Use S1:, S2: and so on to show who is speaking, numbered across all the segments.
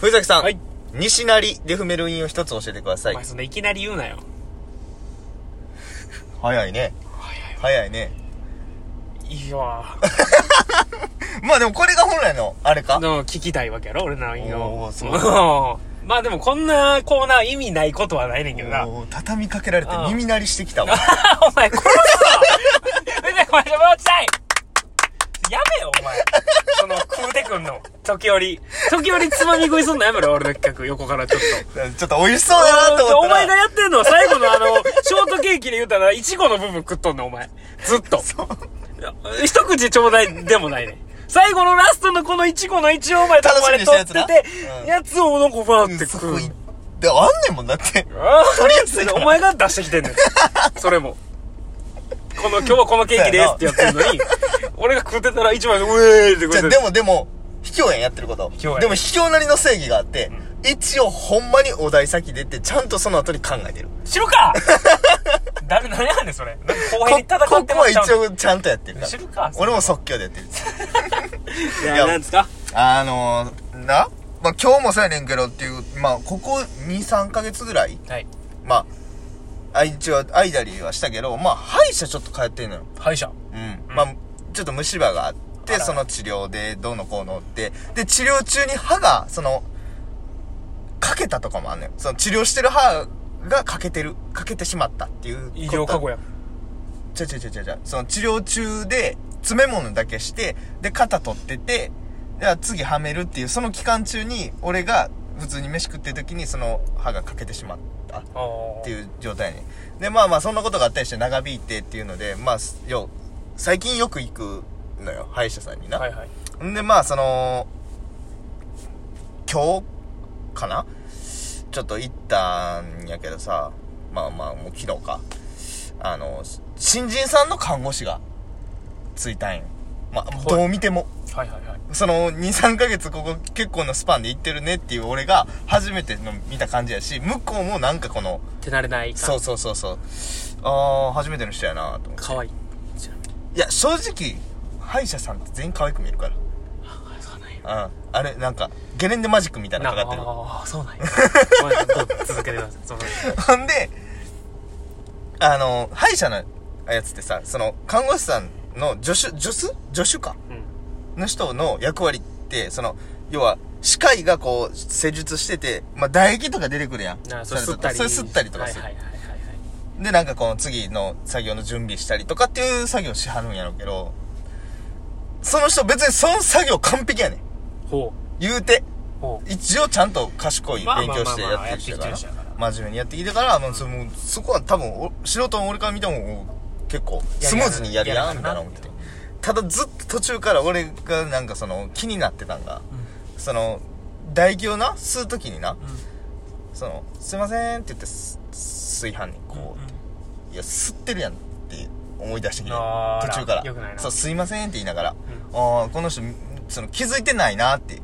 S1: 藤崎さん、
S2: はい
S1: 西成で踏める韻を一つ教えてくださ
S2: お
S1: い
S2: 前。そんないきなり言うなよ
S1: 早いね。
S2: 早いわ
S1: 早いね。
S2: いいわ
S1: まあでもこれが本来の、あれか。
S2: の聞きたいわけやろ俺の意味
S1: お
S2: を
S1: ーそうだ
S2: うんまあでもこんなコーナー意味ないことはないねんけどなお
S1: おー畳みかけられて
S2: うん
S1: 耳鳴りしてきたわ。
S2: 前殺すぞ 藤崎お前もうちたいやめよお前その食うてくんの時折時折つまみ食いすんのやめろ俺の企画横からちょっと
S1: ちょっと美味しそうだなと思
S2: お
S1: ったら。
S2: 前がやってんのは最後のあ の、ショートケーキで言うたら、いちごの部分食っとんねん、お前。ずっと。一口ちょうだいでもないねん。最後のラストのこのいちごの一応お前とお前で取ってて、
S1: 楽しみにしたやつなうん
S2: やつをなんかバーって
S1: そ
S2: 食う
S1: こ。いで、あんねんもんだって。
S2: ああ、
S1: とりあえずいいから
S2: お前が出してきてんねん。それも。この、今日はこのケーキですってやってんのに、俺が食ってたら一枚で、うえーって食
S1: じゃあ
S2: って
S1: でもでも、卑怯やんやってること。
S2: 卑怯やん
S1: でも卑怯なりの正義があって、一応ほんまにお題先出て、ちゃんとその後に考えてる。
S2: 白か誰、何やねん、それ。後
S1: こ
S2: 輩に戦って
S1: ここ
S2: ま
S1: は
S2: し
S1: 一
S2: た
S1: 応ちゃんとやってるか
S2: 知る
S1: ら
S2: か。
S1: 俺も即興でやってる。
S2: いや、なんですか
S1: あのー、な、まあ、今日もそうやねんけどっていう、まあ、ここ2、3ヶ月ぐらい、
S2: はい。
S1: まあ、あ一応、アイダリーはしたけど、まあ、歯医者ちょっと通ってんのよ。
S2: 歯医者。
S1: うん。まあ、ちょっと虫歯があっ
S2: あ
S1: て、
S2: ら
S1: その治療でどうのこうのって、で、治療中に歯が、その、かけたとかもあんのよ。その治療してる歯が欠けてる、欠けてしまったっていう。
S2: 医療過去
S1: や。
S2: や。
S1: ちゃちゃちゃちゃちゃ。その治療中で、詰め物だけして、で、肩取ってて、じゃあ次はめるっていう、その期間中に、俺が普通に飯食ってる時に、その歯が欠けてしまった。
S2: っ
S1: っていう状態にでまあまあそんなことがあったりして長引いてっていうのでまあすよ最近よく行くのよ歯医者さんにな、
S2: はいはい
S1: んでまあその今日かなちょっと行ったんやけどさまあまあもう昨日かあの新人さんの看護師がついたんよまあ
S2: い
S1: どう見ても
S2: はいはいはい
S1: その23ヶ月ここ結構のスパンで行ってるねっていう俺が初めての見た感じやし向こうもなんかこの
S2: 手慣れない
S1: そうそうそうそうああ初めての人やなと思って
S2: かわいい
S1: いや正直歯医者さんって全員可愛く見えるからうんあれなんかゲレンデマジックみたいなのかかってる
S2: ああそうなんやごめんどう続けてくださいそうなんや
S1: ほんであの歯医者のやつってさその看護師さんの助手助手助手か
S2: うん
S1: の人の役割ってその要は歯科医がこう施術してて、まあ、唾液とか出てくるやん
S2: なあそれ吸ったり
S1: それ吸ったりとかする、
S2: はいはいはいはいはい
S1: で、なんかこの次の作業の準備したりとかっていう作業しはるんやろうけど、その人別にその作業完璧やねん。
S2: ほ
S1: 言うて。
S2: うほ
S1: 一応ちゃんと賢い
S2: まあま
S1: 勉
S2: あ
S1: 強してやってる人やか。
S2: まあまあまあやってきてる人やから
S1: 真面目にやってきてから、もうそもうそこは多分お、素人の俺から見ても結構スムーズにやるやん、みたいな思ってて。ただずっと途中から俺がなんかその気になってたんが、その、唾液をな、吸うときにな、その、すいませんって言ってす、炊飯にこう、いや、吸ってるやんって思い出してきて、
S2: あー
S1: 途中から。
S2: 良くないな
S1: そう、すいませんって言いながら、ああ、この人、その気づいてないなって、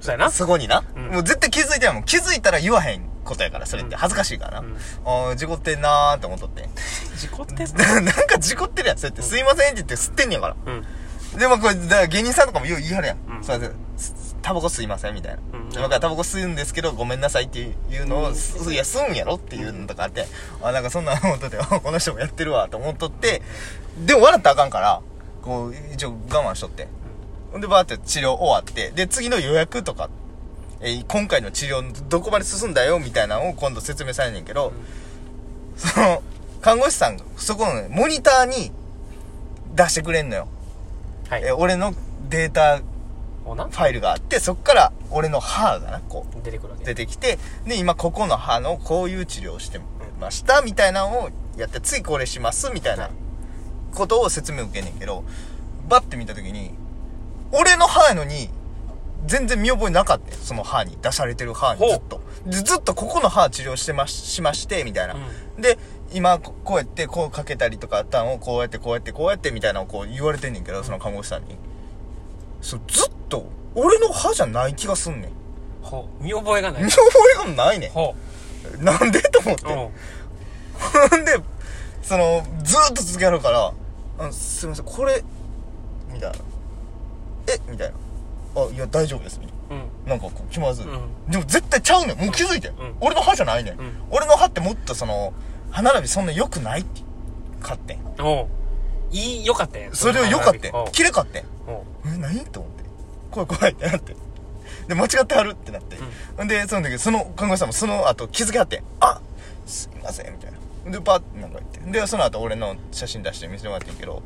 S2: そうやな
S1: そこにな、
S2: うん
S1: もう絶対気づいてないもん。気づいたら言わへんことやから、それって恥ずかしいからな。
S2: うん
S1: ああ、事故ってんなーって思っとって。
S2: 事故って
S1: なんか事故ってるやん、そうやって、すいませんって言って吸ってんねやから。
S2: うん
S1: でもこれ、だから芸人さんとかもよう言い張るやん。
S2: うん
S1: すいませんすタバコ吸いませんみたいな。
S2: うん
S1: 今からタバコ吸うんですけど、ごめんなさいっていうのを、すいや、吸うんやろっていうのとかあって、あ、なんかそんなん思っとって、あ この人もやってるわと思っとって、でも笑ったらあかんから、こう、一応我慢しとって。ほんで、バーって治療終わって、で、次の予約とか、えー今回の治療どこまで進んだよみたいなのを今度説明されんねんけど、その、看護師さんが、そこのね、モニターに出してくれんのよ。
S2: はい
S1: えー俺のデータフ
S2: ほうな
S1: ァイルがあってそっから俺の歯がなこ
S2: 出てくるわ
S1: う
S2: け
S1: 出てきてで今ここの歯のこういう治療をしてましたみたいなのをやって次これしますみたいなことを説明受けんねんけどバッて見た時に俺の歯やのに全然見覚えなかったよその歯に出されてる歯に
S2: ほう
S1: ずっとでずっとここの歯治療してまししましてみたいな、で今ここうやってこうかけたりとかあったのをこうやってこうやってこうやってみたいなのをこう言われてんねんけどその看護師さんにそうずっと俺の歯じゃない気がすん ねん
S2: ほう見覚えがな
S1: 見
S2: い
S1: 覚えがないね
S2: ほ
S1: んなんでと思っ
S2: ううん
S1: てほん でそのずーっと続けやるから「あすいませんこれ」みたいな「えみたいな「あいや大丈夫です」みたいな
S2: うん。
S1: なんかこう気まずい、
S2: うん
S1: でも絶対ちゃうねんもう気づいてん、
S2: ん
S1: 俺の歯じゃないねん、
S2: ん
S1: 俺の歯ってもっとその歯並びそんな良くないって買ってん
S2: おういい、よかったやん。
S1: それを良かったん
S2: おう
S1: 綺麗かってん
S2: おう
S1: え何と思って怖い怖いってなってで間違ってはるってなって、でその時その看護師さんもその後気づきはって「あすいません」みたいなでバッてなんか言ってでその後俺の写真出して見せてもらってんけど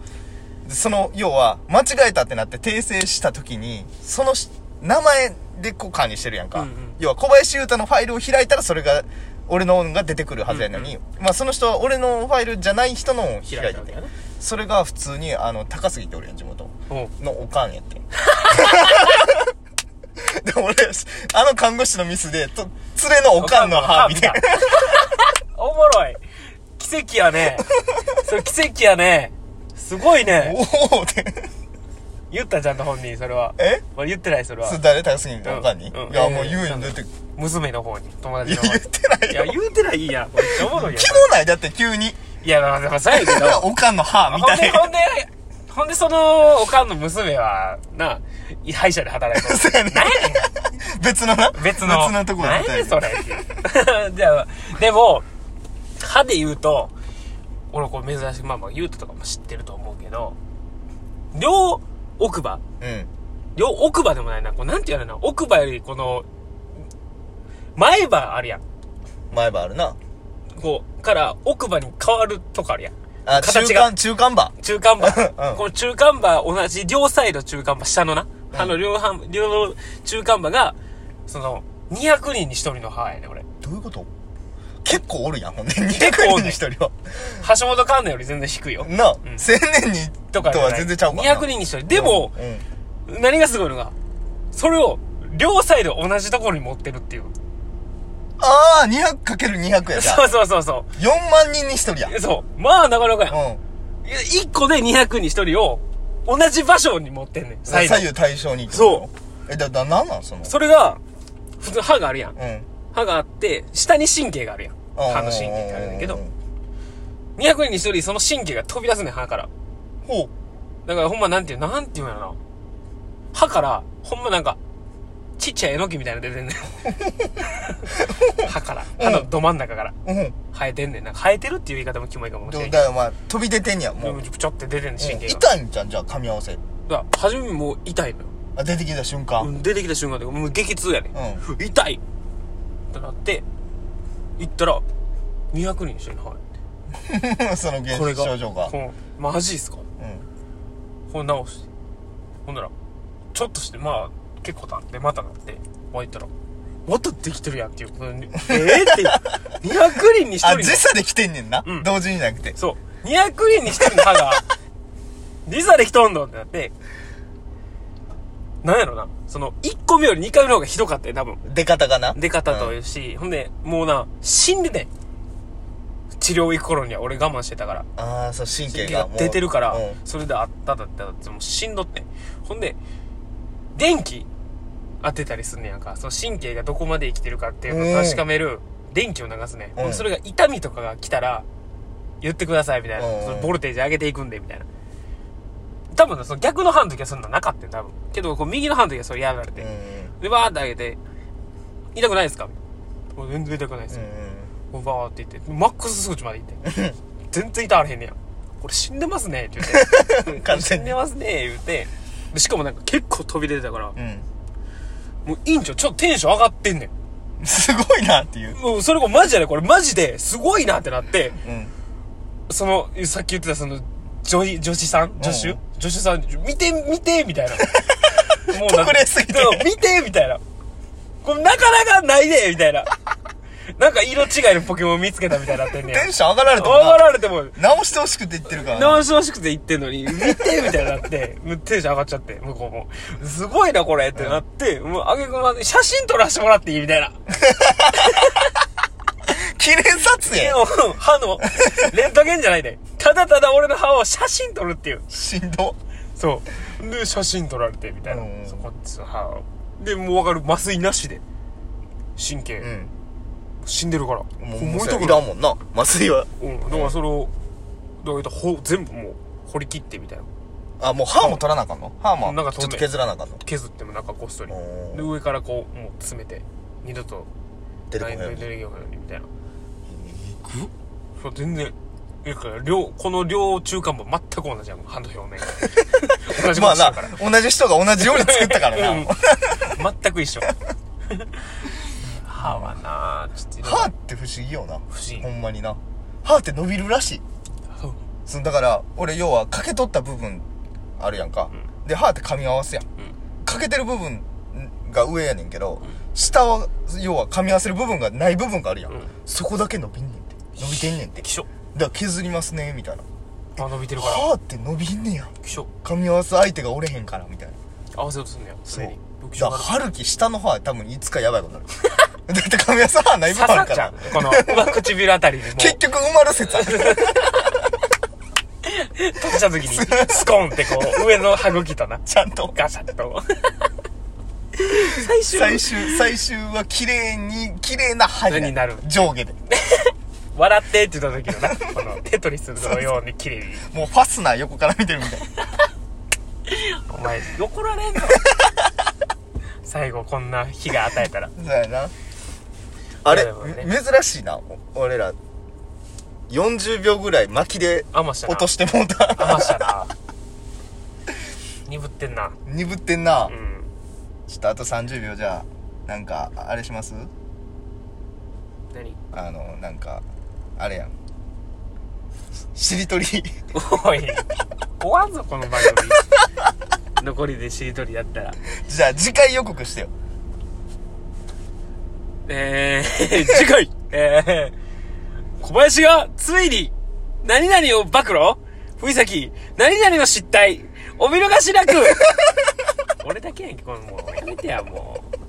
S1: でその要は間違えたってなって訂正した時にそのし名前でこう管理してるやんか、
S2: うんうん
S1: 要は小林優太のファイルを開いたらそれが俺のが出てくるはずやのに、まあその人は俺のファイルじゃない人のを開
S2: 開
S1: い
S2: い
S1: て
S2: たわけ
S1: て
S2: やな。
S1: それが普通にあの高杉って俺やん地元
S2: おう
S1: のおかんやってん で俺あの看護師のミスでと連れのおかんの歯みたいな
S2: おもろい。奇跡や ね。それ奇跡やね。すごいね。
S1: おおって
S2: 言ったちゃんと本人、それは。
S1: え
S2: 俺言ってない、それは
S1: それ。誰高杉みたいなおかんに、
S2: うんうん
S1: いや、
S2: うん
S1: もう言うよ出て
S2: 娘の方に、友
S1: い
S2: 達
S1: や
S2: の
S1: 言
S2: 方
S1: っ
S2: に。
S1: てない
S2: い
S1: よ
S2: や、言うてないやん。めっちゃおもろいやん
S1: 気。もないだって急に
S2: いや、まあ、まあ、そうやけど。
S1: おかんの歯み
S2: ほ
S1: た
S2: んで、
S1: い
S2: ほ
S1: なん
S2: で、ほんで、その、おかんの娘は、な、歯医者で働いてる。
S1: そうやねん
S2: 何やねん
S1: 別のな
S2: 別の。
S1: 別のところ
S2: 何やねんそれっていう じゃあ、でも、歯で言うと、俺これ珍しく、まあまあ、ゆうたとかも知ってると思うけど、両奥歯
S1: うん
S2: 両奥歯でもないな。こうなんて言うのかな奥歯より、この、前歯あるやん。
S1: 前歯あるな
S2: こう、から奥歯に変わるとこあるやん。
S1: あ中
S2: 形が
S1: 間中間歯
S2: 中 間
S1: う
S2: 歯
S1: ん。
S2: この中間歯、同じ両サイド中間歯、下のな。歯の両半、両中間歯が、その、200人に1人の歯やね、俺。
S1: どういうこと結構おるやんほんで200
S2: 構
S1: 人
S2: おんねん
S1: に1人は
S2: 橋本環奈より全然低いよ。
S1: なあ、
S2: うん
S1: 1000年に
S2: とかじゃ
S1: は
S2: ない
S1: 全然ちゃうからな
S2: 200人に1人。でも、
S1: うんうん
S2: 何がすごいのが、それを、両サイド同じところに持ってるっていう。
S1: ああ、200×200 やじゃ
S2: そうそうそうそ
S1: 4万人に1人や。う
S2: う。そう。まあ、なかなかやん。
S1: ん。
S2: 1個で200に1人を、同じ場所に持ってんねん。
S1: 左
S2: 左
S1: 右
S2: 右。
S1: 対称に。。
S2: そう
S1: え、だ、だ、なんなんその。
S2: それが、普通歯があるやん
S1: う。ん。
S2: 歯があって、下に神経があるやん。歯の神経があるんだけ
S1: う
S2: ど
S1: ん、。
S2: 200人に1人その神経が飛び出すねん、歯から。
S1: ほ
S2: だからほんまなんていう、なんていうんやろな。歯から、ほんまなんか、ちっちゃいえのきみたいなの 出てんねん。歯から。歯のど真ん中から
S1: う。うん。
S2: 生えてんねん。なんか生えてるっていう言い方もキモいかもし
S1: で
S2: れん
S1: も
S2: けど。
S1: だよ、まあ、飛び出てんや、もう。うん
S2: ちょって出てんねん、神経が。だ
S1: 痛いんじゃん、じゃあ、噛み合わせ。
S2: から初めもう痛いのよ。
S1: あ、出てきた瞬
S2: う
S1: 間。
S2: ん出てきた瞬間でもう激痛やねん
S1: う。ん。
S2: 痛いってなって、行ったら、200人一緒に入っ て。
S1: その現
S2: これが。
S1: 症状が。
S2: こうマジっすか
S1: うん。
S2: ほん直してほんならちょっとしてまあ結構たってまたなってまあ言ったらまたできてるやんっていうこと にええって200人に1
S1: あ、
S2: 人の
S1: 時差で来てんねんな
S2: うん。
S1: 同時にじゃなくて。
S2: そう200人に1人の歯が時差できとんどんってなってなんやろなその1個目より2回目の方がひどかったよ多分
S1: 出方がな。
S2: 出方というし、ほんでもうな死んでて治療行く頃には俺我慢してたから
S1: ああ、そう、神経
S2: 神経
S1: が
S2: が
S1: もう。
S2: 出てるから、
S1: うん
S2: それであっただっただってもうしんどってほんで電気当てたりすんねやんかその神経がどこまで生きてるかっていうのを確かめる電気を流すね、
S1: うん
S2: ほんでそれが痛みとかが来たら言ってくださいみたいな、
S1: うん
S2: そのボルテージ上げていくんでみたいな多分なその逆の歯の時はそんななかったよ多分けどこう右の歯の時はそれやられて、
S1: うん。
S2: でバーって上げて「痛くないですか?」もう全然痛くないです
S1: う
S2: よ、
S1: ん。
S2: もうバーって言ってマックス数値までいって全然痛あれへんねやこれ死んでますねって言って
S1: 完全
S2: 死
S1: に
S2: んでますね言うてでしかもなんか結構飛び出てたから
S1: うん。
S2: もう院長ちょっとテンション上がってんね
S1: うん。すごいなっていう。
S2: んもうそれこそマジやねこれマジですごいなってなって
S1: うん。
S2: そのさっき言ってたその女医女子さん助手、
S1: うん
S2: 助手さん見て見てみたい なもうなん
S1: 特例すぎて
S2: そう見てみたいなこれなかなかないでみたいななんか色違いのポケモン見つけたみたいになってんねん
S1: テンション上がられても
S2: 上
S1: な
S2: がられても
S1: 直してほしくて言ってるからな
S2: 直してほしくて言ってんのに、見てみたいになって、もうテンション上がっちゃって、向こうも。すごいな、これってなって、もう、あげくまで、写真撮らせてもらっていいみたいな。
S1: 記念撮影
S2: うん歯の、レントゲンじゃないで。ただただ俺の歯を写真撮るっていう。
S1: しんど
S2: そう。で、写真撮られて、みたいな
S1: うん。
S2: そこっちの歯を。で、もうわかる。麻酔なしで。神経。
S1: うん
S2: 死んでるから。
S1: もう
S2: ほんま
S1: も
S2: に痛
S1: う
S2: く
S1: い
S2: な
S1: ら
S2: い
S1: んもんな麻酔は
S2: うん。だからそれを、だからほ全部もう、掘り切ってみたいな。
S1: あ、もう歯も取らなあかんの歯も。
S2: なんか
S1: ちょっ
S2: 取んね
S1: と削らなあかんの。
S2: 削ってもなんかこっそり
S1: おー
S2: で上からこうもう詰めて二度と
S1: 出てこな
S2: な
S1: いいように。
S2: 出てこないようにみたいな
S1: 行く
S2: そう全然だから両この両中間も全く同じやもん歯の表面が同じ こ
S1: ま
S2: と
S1: あ
S2: してるから、
S1: な、同じ人が同じように作ったから
S2: うん
S1: な。
S2: 全く一緒歯はなちょっと
S1: 歯って不思議よな。
S2: 不思議
S1: ほんまにな。歯って伸びるらしい。
S2: そう
S1: そのだから、俺要は、かけ取った部分、あるやんか。で、歯って噛み合わすやん。かけてる部分が上やねんけど、下は、要は噛み合わせる部分がない部分があるやん。
S2: うん
S1: そこだけ伸びんねんて。伸びてんねんて。
S2: 気象
S1: だから削りますね、みたいな。
S2: あ伸びてるから
S1: 歯って伸びんねや。
S2: 気象
S1: 噛み合わす相手がおれへんから、みたいな。
S2: 合わせようとすんねや
S1: そう。だ
S2: 僕
S1: から、春樹下の歯は多分いつかやばいことになる。 だって噛み合わす歯ない部
S2: 刺
S1: 分ある
S2: さっ
S1: か
S2: ちゃう
S1: ら。
S2: この上唇あたりにもう
S1: 結局埋まる説ある。
S2: 取った時にスコーンってこう上の歯茎とな
S1: ちゃんと。
S2: ガシャッと最終
S1: 最終、最終は綺麗に、綺麗な歯になる。
S2: にな
S1: 上下で。
S2: 笑ってって言った時の なこのテトリスのように綺麗に
S1: もうファスナー横から見てるみ たいな。
S2: お前 怒られんの最後こんな日が与えたら
S1: そうやな。あれ、
S2: やばいね
S1: め珍しいな。お俺ら、40秒ぐらい巻きで
S2: あましたな
S1: 落としてもうた。
S2: あました な鈍ってんな
S1: 鈍ってんな。
S2: うん
S1: ちょっとあと30秒じゃあ、なんか、あれします
S2: 何
S1: あの、なんか、あれやん。しりと り。
S2: おい 終わんぞこの番 組残りでしりとりやったら
S1: じゃあ次回予告してよ。
S2: えー、次回、えー、小林がついに、何々を暴露藤崎、何々を失態、お見逃しなく俺だけやんけ、このもう、やめてや、もう。